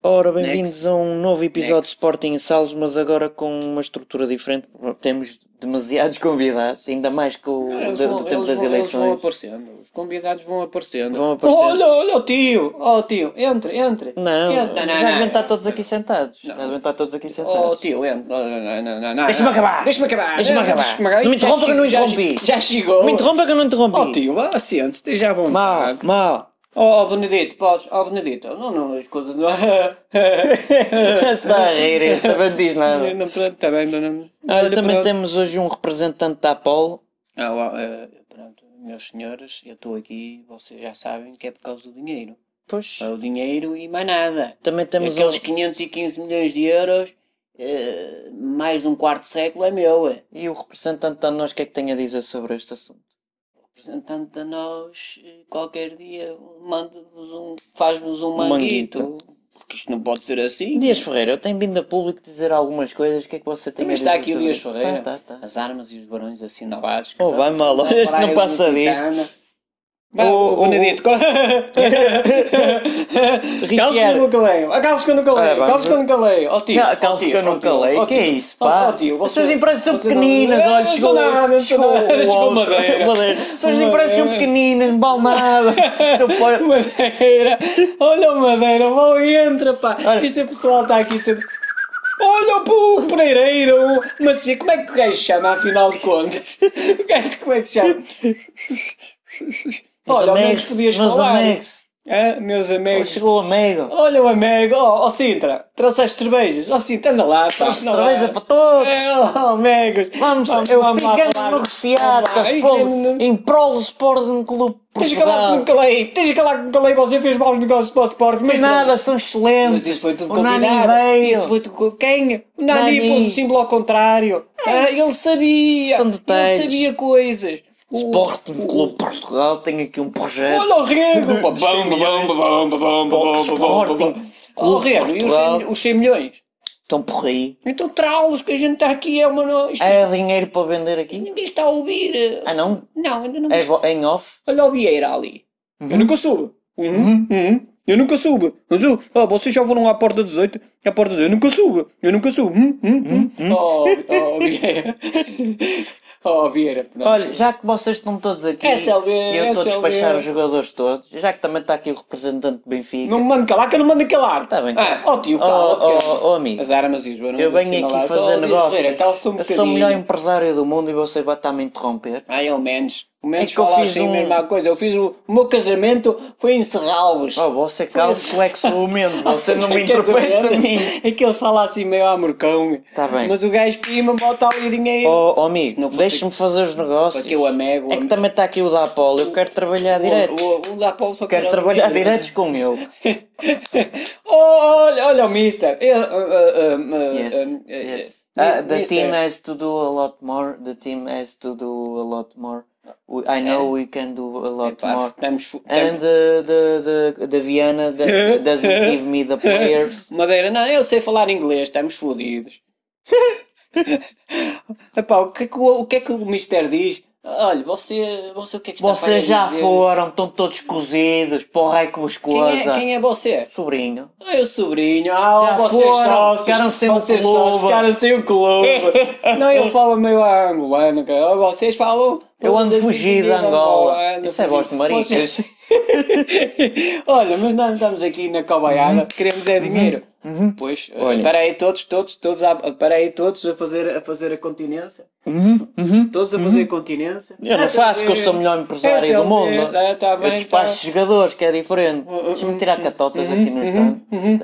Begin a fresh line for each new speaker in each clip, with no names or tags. Ora, bem-vindos a um novo episódio de Sporting em Salos, mas agora com uma estrutura diferente. porque Temos demasiados convidados, ainda mais que o
Eles
da- do,
vão-
tempo das
eles vão- eles vão
eleições.
aparecendo, os convidados vão aparecendo.
Vão aparecendo.
Olha, olha o tio, ó tio, entre, entre.
Não,
Entra.
já devem estar todos aqui sentados. Já devem estar todos aqui
Ó
sentados.
tio, entre. Não, não, não, não, não, não.
Deixa-me acabar.
Deixa-me acabar.
Deixa-me acabar. Não me
Já
interrompa que eu não
chego- já
interrompi.
che- Já chegou.
Me interrompa que eu não interrompi.
Ó oh. tio, vá, assente, esteja à
Mal,
vontade.
mal.
Ó oh, Benedito, podes, ó Benedito, não, não, as coisas não.
Já se está a rir, este também não diz nada.
Não, pronto, tá bem, não, não.
Olha, Ah, também
pronto.
temos hoje um representante da Apolo.
Ah, uau, eh, pronto, meus senhores, eu estou aqui, vocês já sabem que é por causa do dinheiro.
Pois.
É o dinheiro e mais nada.
Também temos
Aqueles
um-
515 milhões de euros, eh, mais de um quarto de século é meu. é.
E o representante da nós, o que é que tem a dizer sobre este assunto?
Representante a nós, eh, qualquer dia mando-vos um, faz-vos um manguito. Porque isto não pode ser assim.
Dias Ferreira, eu tenho vindo a público dizer algumas coisas, o que é que você tem
Também
a
está
dizer
aqui o
sobre
Dias
isto?
Ferreira.
Tá, tá, tá.
As armas e os barões assinalados.
Oh, vai,
casados
maluco,
na
este não
praia
passa
do
disto.
Santana. Vá,
Oh,
o
oh,
Benedito. Calos que eu
Richard.
não calei. Ah, Calos que eu não
Ah,
calei.
vamos.
Calos que eu não calei. Ó tio.
Cal-
ó
calos
tio,
que eu não
ó tio,
calei.
ó
Que
tio.
é isso,
Ó,
pá?
ó, tio,
Essas
você-
empresas são
você não-
pequeninas,
Ah,
olha,
não
chegou,
sou nada, não sou
chegou,
nada.
o
Chegou
outro.
madeira.
Madeira. Essas empresas são
Madeira.
pequeninas, balnada.
Madeira, olha o Madeira, mal entra, pá.
Olha.
Isto é pessoal está aqui tudo. Olha o Pu- Pereireiro, o Macia, como é que o gajo se chama, afinal de contas? O gajo, como é que se chama? Olha, ao menos podias
meus
falar.
amigos.
Hã? meus amigos.
Chegou o amigo.
Olha o amigo, ó oh, Sintra, trouxeste cervejas? Ó Sintra, anda lá, pá.
Trouxe
anda lá.
cerveja para todos.
É, ó, amigos.
Vamos,
eu
eu ficamos a negociar com as polo- em prol do Sporting Clube de
né? Tens que um calar com o
Portugal.
calei, tens que calar com o calei, você fez maus negócios para o Sporting, mas
Nada, são excelentes.
Mas isso foi tudo
o Nani
combinado.
veio.
Isso foi tudo. co- Quem? O Nani,
Nani.
pôs o símbolo ao contrário. Ah, ele sabia.
É São detalhes.
Ele sabia coisas. O-
Sporting
o-
um Clube de Portugal tem aqui um projeto.
Olha o Rego!
Bam, bam, bam, Sporting
Olha o
Clube de
Rego e os cem-
Portugal
os 100 milhões.
estão por aí.
Então traulos que a gente está aqui é uma. no- Isto,
Há dinheiro para vender aqui?
Ninguém está a ouvir.
Ah não?
Não, ainda não.
É vo- em off?
Olha o Vieira ali. Eu nunca subo. Uhum, uhum. Eu nunca subo. Eu subo. Ah, vocês já foram à porta 18. À porta 18. Eu nunca subo. Eu nunca subo. Hum,
Uhum.
hum, hum. Oh, oh, Vieira. Oh, Vieira. pronto.
Olha, já que vocês estão todos aqui
SLB,
e eu estou a despachar
SLB.
os jogadores todos, já que também está aqui o representante do Benfica.
Não me mando calar, que eu não mando calar.
Tá bem,
Ah, oh, tio,
Oh,
cala-te,
oh,
caralho.
oh, amigo.
As armas e os barões
Eu venho aqui
assinalados.
fazer
Oh, Dias
negócios.
Ferreira, Cala-se um
eu sou o
bocadinho.
melhor empresário do mundo e você vai estar a me interromper.
Ai, ao menos. Ao menos
É que eu
falar
fiz
assim
um-
a mesma coisa. Eu fiz o, o meu casamento foi em Serralves.
Oh, você calça o ex-momento, você não me
Quer
interpreta
saber?
a mim.
É que ele fala assim meio amorcão.
Tá bem.
Mas o gajo pima, bota ali dinheiro.
Oh, oh
Não
amigo,
fosse-
deixa-me fazer os negócios.
Porque eu amego,
É que
amigo.
também está aqui o da Apolo, eu quero trabalhar direto.
Um O, o, o da Paulo só
oh, Quero
quer
trabalhar
dinheiro.
diretos com ele.
Oh, olha, olha o mister. Ele, ah, ah, ah,
Yes,
ah, ah,
yes.
ah,
Uh, the
mister.
team has to do a lot more. The team has to do a lot more. We, I
É.
know we can do a lot
Pá,
more.
estamos fu-
And
estamos-
uh, the the the Vienna that doesn't give me the players.
Madeira, não, eu sei falar inglês, estamos fodidos. Epá, o, que é que o, o que é que o mister diz? Olha, você, você o que é que está para aí
Vocês já
dizer?
foram, estão todos cozidos. Porra, é que vos
Quem é,
coisa.
quem é você?
Sobrinho.
Ah, o sobrinho, ah,
Já
vocês
foram,
sócios,
ficaram sem o
vocês
clube.
sócios, ficaram sem o clube. não, ele fala meio a angolano, cara. Vocês falam.
Eu ando
vocês-
fugido de
Ah,
Angola.
ando
Isso é voz de
fugido.
maricas.
Vocês- Olha, mas nós não estamos aqui na cobaiada, queremos é dinheiro. Pois,
Uhum. Olha.
para aí todos, todos, todos, a, para aí todos a fazer, a fazer a continência. Todos a fazer continência.
Uhum. Eu não
é,
faço, que eu sou o melhor empresário do mundo.
Ah, tá bem,
eu despacho
tá. Uh,
jogadores, que é diferente. Deixa-me tirar catotas aqui no stand.
Ah,
é um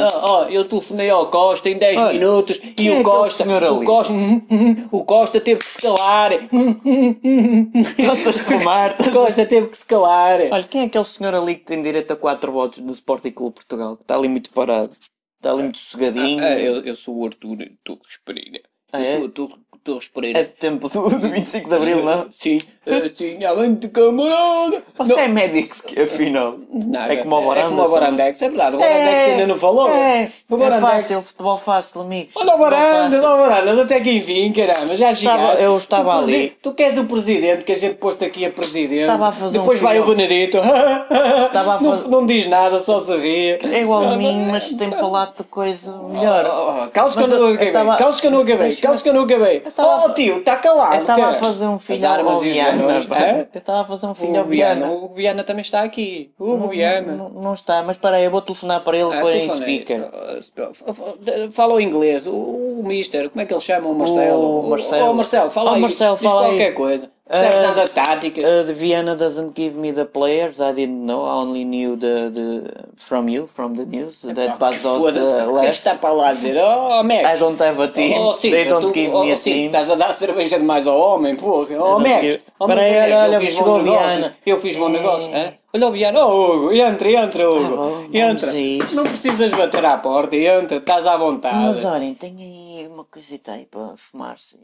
Excelente.
ah, ah, eu telefonei ao Costa em 10
Olha,
minutos
quem
e
é aquele
o Costa,
senhor ali?
o, Costa hum, hum, o Costa teve que se calar. Hum, hum, hum, hum.
Estão-se a espumar.
O Costa teve que se calar.
Olha, quem é aquele senhor ali que tem direito a 4 votos do Sporting Clube de Portugal? Que está ali muito parado. Está ali muito sossegadinho.
Ah, eu, eu sou o Artur Torres Pereira.
Ah,
eu
é?
sou o Tur- Torres Pereira.
É do tempo do, do 25 de Abril, não?
Sim, Assim, além de camarada.
Você é Medix, que, afinal.
Não,
é como o
É
Barandas.
como o Barandex, é verdade. O Barandex ainda não falou.
É,
O
é
Barandex.
fácil, futebol fácil, amigos.
Olha o
futebol
Barandas,
fácil.
olha o Barandas, até que enfim, caramba, já chegaste.
Estava- eu estava
tu, presi-
ali.
Tu queres o presidente, que a gente pôs-te aqui a presidente.
Estava a fazer um
Depois vai o
filão.
Benedito.
a
não,
faz-
não diz nada, só se ri.
É igual a mim, mas tem para lá de coisa melhor.
Oh, oh, Calça que eu
Mas
não
eu- eu
acabei,
tava-
calça que eu não acabei,
Deixa-me-
calça que eu não acabei.
tava-
Oh tio, está calado.
Eu estava a
caralho.
fazer um
As
filho ao
armas e os
Biana.
balões.
pá.
Hã?
Eu estava a fazer um filho
O
ao
Biana,
Biana.
o Biana também está aqui. O Biana.
Não, não está, mas espera aí, eu vou telefonar para ele
Ah,
pôr em
telefonei.
speaker.
Ah, sp- f- f- Fala o inglês, o, o mister, como é que ele chama o Marcelo?
O Marcelo.
Oh, Marcelo, fala
Oh,
aí.
Marcelo,
diz
fala aí.
qualquer coisa. Percebes
Ah,
nada de tática.
Uh, the Vienna doesn't give me the players. I didn't know. I only knew the, the from you, from the news that Pazos
Foda-se,
uh,
o que é que
left.
está para lá a dizer? Oh, Max.
I don't have a team.
Oh, sim,
They
tu-
don't
tu-
give
oh,
me a
sim,
team.
Estás a dar cerveja demais ao homem, porra. Oh,
don't
Max.
give-
Oh,
Peraí,
Max,
olha, olha,
eu fiz
chegou
bom
o
negócio.
Biana.
Eu fiz bom negócio. hã? Olha o Biana. Oh, Hugo, entra, entra, Hugo.
Tá bom,
entra.
vamos a isso.
Não precisas bater à porta, entra, estás à vontade.
Mas olhem, tem aí uma coisita aí para fumar-se.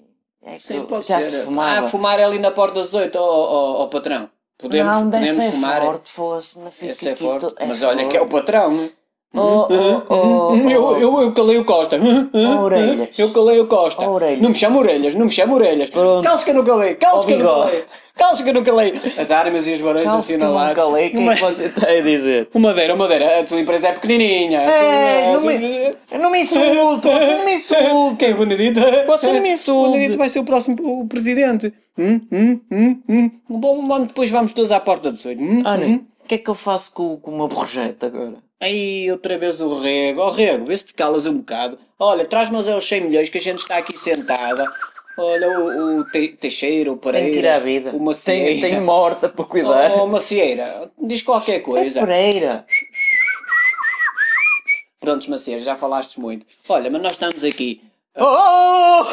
É que
Sim,
eu-
pode
já
ser.
se fumava.
Ah, fumar é ali na porta das oito, ó ó, ó, patrão. Podemos,
não, deve
podemos
ser
fumar.
forte, fosse, não fica
Esse é
aqui
forte.
to-
Mas olha que é o patrão. né?
Oh, oh, oh,
Hum, eu, eu, eu calei o Costa. Hum, hum,
Orelhas.
Eu calei o Costa.
Oh, orelhas.
Não me chamo orelhas, não me chamo orelhas.
Pronto.
Calça que eu não calei, calça
Oh,
que eu não
bigode.
calei. Calça que eu não calei. As armas e os barões
Calça que
assinalados.
nunca lei, o que é que você está a dizer?
O Madeira, o Madeira, a tua empresa é pequenininha.
Ei,
A é
não
tua-
me, não me insulte, você não me insulte.
Quem é Benedito?
Você não me insulte.
O Benedito vai ser o próximo o presidente. Hum, hum, hum, hum. Bom, bom, depois vamos todos à porta do sonho. Hum,
Olha,
hum.
o que é que eu faço com, com o meu projeto agora?
Aí, outra vez o rego. Ó, rego, vê se te calas um bocado. Olha, traz-me aos 100 milhões que a gente está aqui sentada. Olha, o, o Te- Teixeira, o Pereira.
Tenho que ir à vida.
O Macieira.
Tenho, tenho uma horta para cuidar.
Oh, oh, Macieira, diz
É
qualquer coisa.
Pereira.
Prontos, Macieira, já falaste muito. Olha, mas nós estamos aqui.
Oh!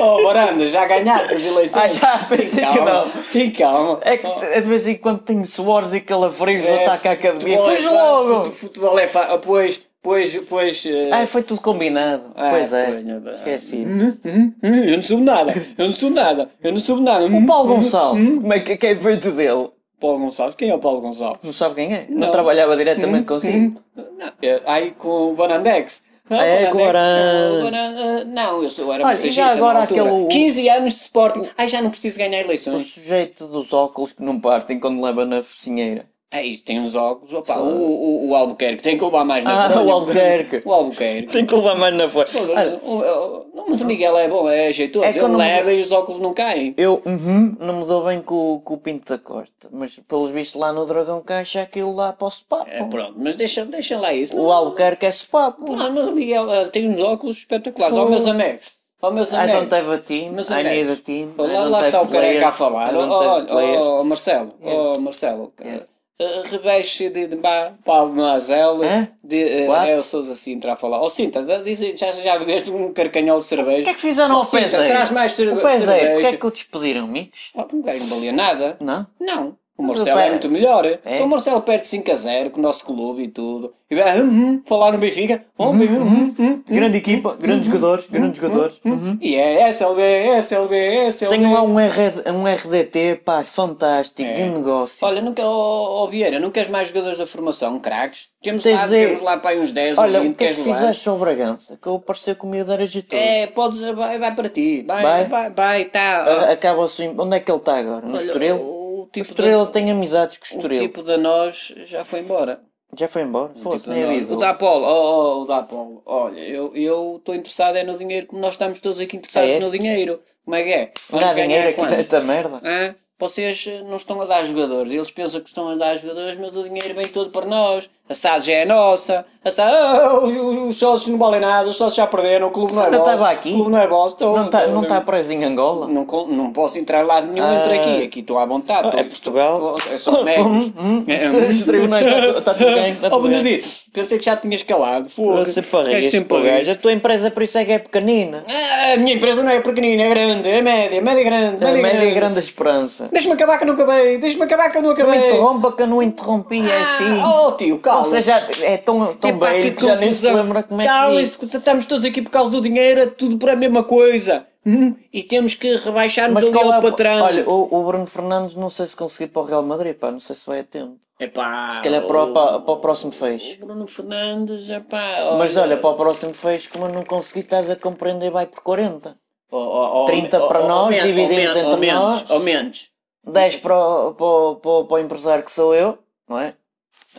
Oh, Baranda, já ganhaste as eleições.
Ah, já, pensei
Tem
que
calma,
não.
Tem calma.
É que de vez em quando tenho suores e calafrios do ataque à academia.
futebol Oh, é
Fez
fa-
logo!
fute- Futebol é fa... Pois, pois, pois... eh,
Ah, foi tudo combinado.
Ah,
pois é.
pois, é.
Esqueci.
Hum, hum, hum, eu não soube nada, eu não soube nada, eu não soube nada. Hum,
O Paulo
hum.
Gonçalves, como é que que é feito dele?
Paulo Gonçalves? Quem é o Paulo Gonçalves?
Não sabe quem é? Não, Hum,
Não.
trabalhava diretamente consigo.
Não, é, aí com o Banandex. Não,
Ah, é,
Banandex.
com o Aran.
Não, o Baran- ah, Não, eu sou, era
Olha, e
massagista
já agora
na altura.
aquele-
15 anos de Sporting. Ai, já não preciso ganhar
O
eleições.
sujeito dos óculos que não partem quando leva na focinheira.
É isso, tem uns óculos. Opa, o, o, o Albuquerque tem que levar mais na
Ah,
fronha.
o Albuquerque.
O Albuquerque.
Tem que levar mais na folha. Ah,
O- o- o- Não, mas o Miguel é bom, é jeitoso.
É que eu
Ele
não-
leva e os óculos não caem.
eu uhum, não me dou bem com, o- com o Pinto da Costa, mas pelos vistos lá no Dragão Caixa aquilo lá para o sopapo.
É, pronto, mas deixa, deixa lá isso.
o Albuquerque é sopapo.
Ah, mas o Miguel ah, tem uns óculos espetaculares. Ó, meus amigos. Ó, meus
I
amigos.
don't have Ah, então a team,
Meus
I need a
amigos.
team, I
Lá,
don't
lá
have
está o careca a
players,
falar.
I
Ó,
don't have
ó,
players.
ó, ó, Marcelo. Ó,
Yes.
Marcelo.
Yes.
Uh, Rebexe de de Ba- Pablo Mazel.
Hã?
De, uh,
What?
é o Sousa Sintra a falar. Ó, Sintra, dá- diz aí, já, já bebeste um carcanhol de cerveja?
O que é que fizeram ao
Sintra,
Peseiro?
traz mais cerve-
O Peseiro, porque é
cerveja. Hum?
que o despediram, amigos?
Oh, não quero valia nada.
Não?
Não. O
Mas o
Marcelo
pé-
é muito melhor.
É?
Então o Marcelo perde 5 a 0 com o nosso clube e tudo. E vai hum, hum, falar no Benfica. Hum, hum, hum, hum.
Grande equipa, grandes jogadores, grandes jogadores. Uhum.
E é SLB, SLB, SLB.
Tenho lá um, RD, um RDT, pá, fantástico,
É.
de negócio.
Olha, não quer, oh, oh, Vieira, não queres mais jogadores da formação, craques? Temos
Tens
lá,
aí-
temos lá para aí uns 10
Olha,
ou
o
20,
que é que
queres levar?
fizeste ao Bragança? Que eu parecia que o miúdo era agitado.
É, podes, vai, vai para ti, vai,
Vai?
vai, vai, tá.
A- Acaba assim, onde é que ele está agora? No
Olha,
Estoril?
o
O
tipo
Estoril
da-
tem amizades com o
O
Estoril.
tipo da nós já foi embora.
Já foi embora? Fosse,
Tipo
nem
da nós.
avisou.
o da Apolo, oh, oh, o da Apolo, olha, eu eu estou interessado é no dinheiro, como nós estamos todos aqui interessados
É?
no dinheiro. Como é que é?
Não há
Vamos ganhar
dinheiro aqui
quanto?
nesta merda.
Hã? Vocês eh, não estão a dar jogadores, eles pensam que estão a dar jogadores, mas o dinheiro vem todo para nós. A SAD já é nossa, a SAD, Ah, os, os sócios não valem nada, os sócios já perderam, o clube não é
Ainda
vosso.
estava aqui?
O clube não é vosso, estou-
Não está
estou-
não tá preso em Angola?
não, con- não posso entrar lá nenhum,
Ah.
entre aqui, aqui estou à vontade.
É Portugal.
É só médicos.
Hum,
É,
isto- Os tribunais está tu- está tudo bem. Está
Oh
tudo bem.
Benedito, pensei que já tinhas calado. Fogo.
Eu sempre parei,
És
este
é sempre
gajo.
parreiro.
A tua empresa por isso é que é pequenina.
Ah, a minha empresa não é pequenina, é grande, é média, média grande,
A
média,
média
grande.
é grande esperança.
Deixa-me acabar que eu não acabei, deixa-me acabar que eu não
Não
acabei.
interrompa que eu não interrompi, é assim.
É. Ah, oh Tipo, tio,
Ou
calma.
seja, é tão, tão
Epá,
velho que já nem se
confusão.
lembra como é que
Calma,
diz.
isso que estamos todos aqui por causa do dinheiro, é tudo para a mesma coisa. hum, e temos que rebaixar-nos
Mas
ali
qual
ao
é a-
patrão.
Olha, o, o Bruno Fernandes não sei se conseguir para o Real Madrid, pá, não sei se vai a tempo.
Epá,
Se calhar para, o- para, para Ah, o próximo fecho.
o Bruno Fernandes, epá,
Mas olha, para o próximo fecho, como eu não consegui, estás a compreender, vai por 40.
Ó, ó, ó,
30
ó,
para
ó,
nós,
ao men-
dividimos
ao
entre
menos,
nós.
Ao menos.
10 para o, para, o- para, o- para o empresário que sou eu, não é?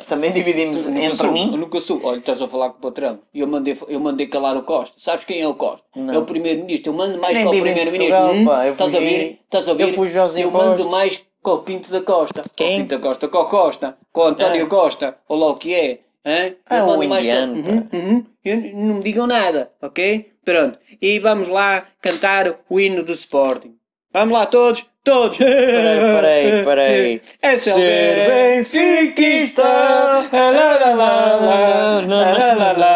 Também dividimos
Eu nunca
entre
soube, Eu
mim.
nunca soube. Olha, estás a falar com o patrão. E Eu mandei, eu mandei calar o Costa. Sabes quem é o Costa?
Não.
É o primeiro-ministro. Eu mando mais
Nem
para o
vivo em
primeiro-ministro. Hum?
Portugal, pá, eu
estás a
fugi.
ver? Estás a
Eu
ver?
fugi aos
Eu
impostos.
mando mais com o Pinto da Costa. Com
Quem?
o Pinto da Costa. Com o Costa. Com o António
Ah.
Costa. Ou lá o que é. Hã?
Ah,
Eu
um
mando mais com-
indiano,
Uhum, uhum. Eu- Não me digam nada, ok? Pronto. E vamos lá cantar o hino do Sporting. Vamos lá todos, todos.
peraí, peraí.
É
Ser
ser benfiquista. Lá, lá, lá, lá, lá, lá, lá, lá, lá,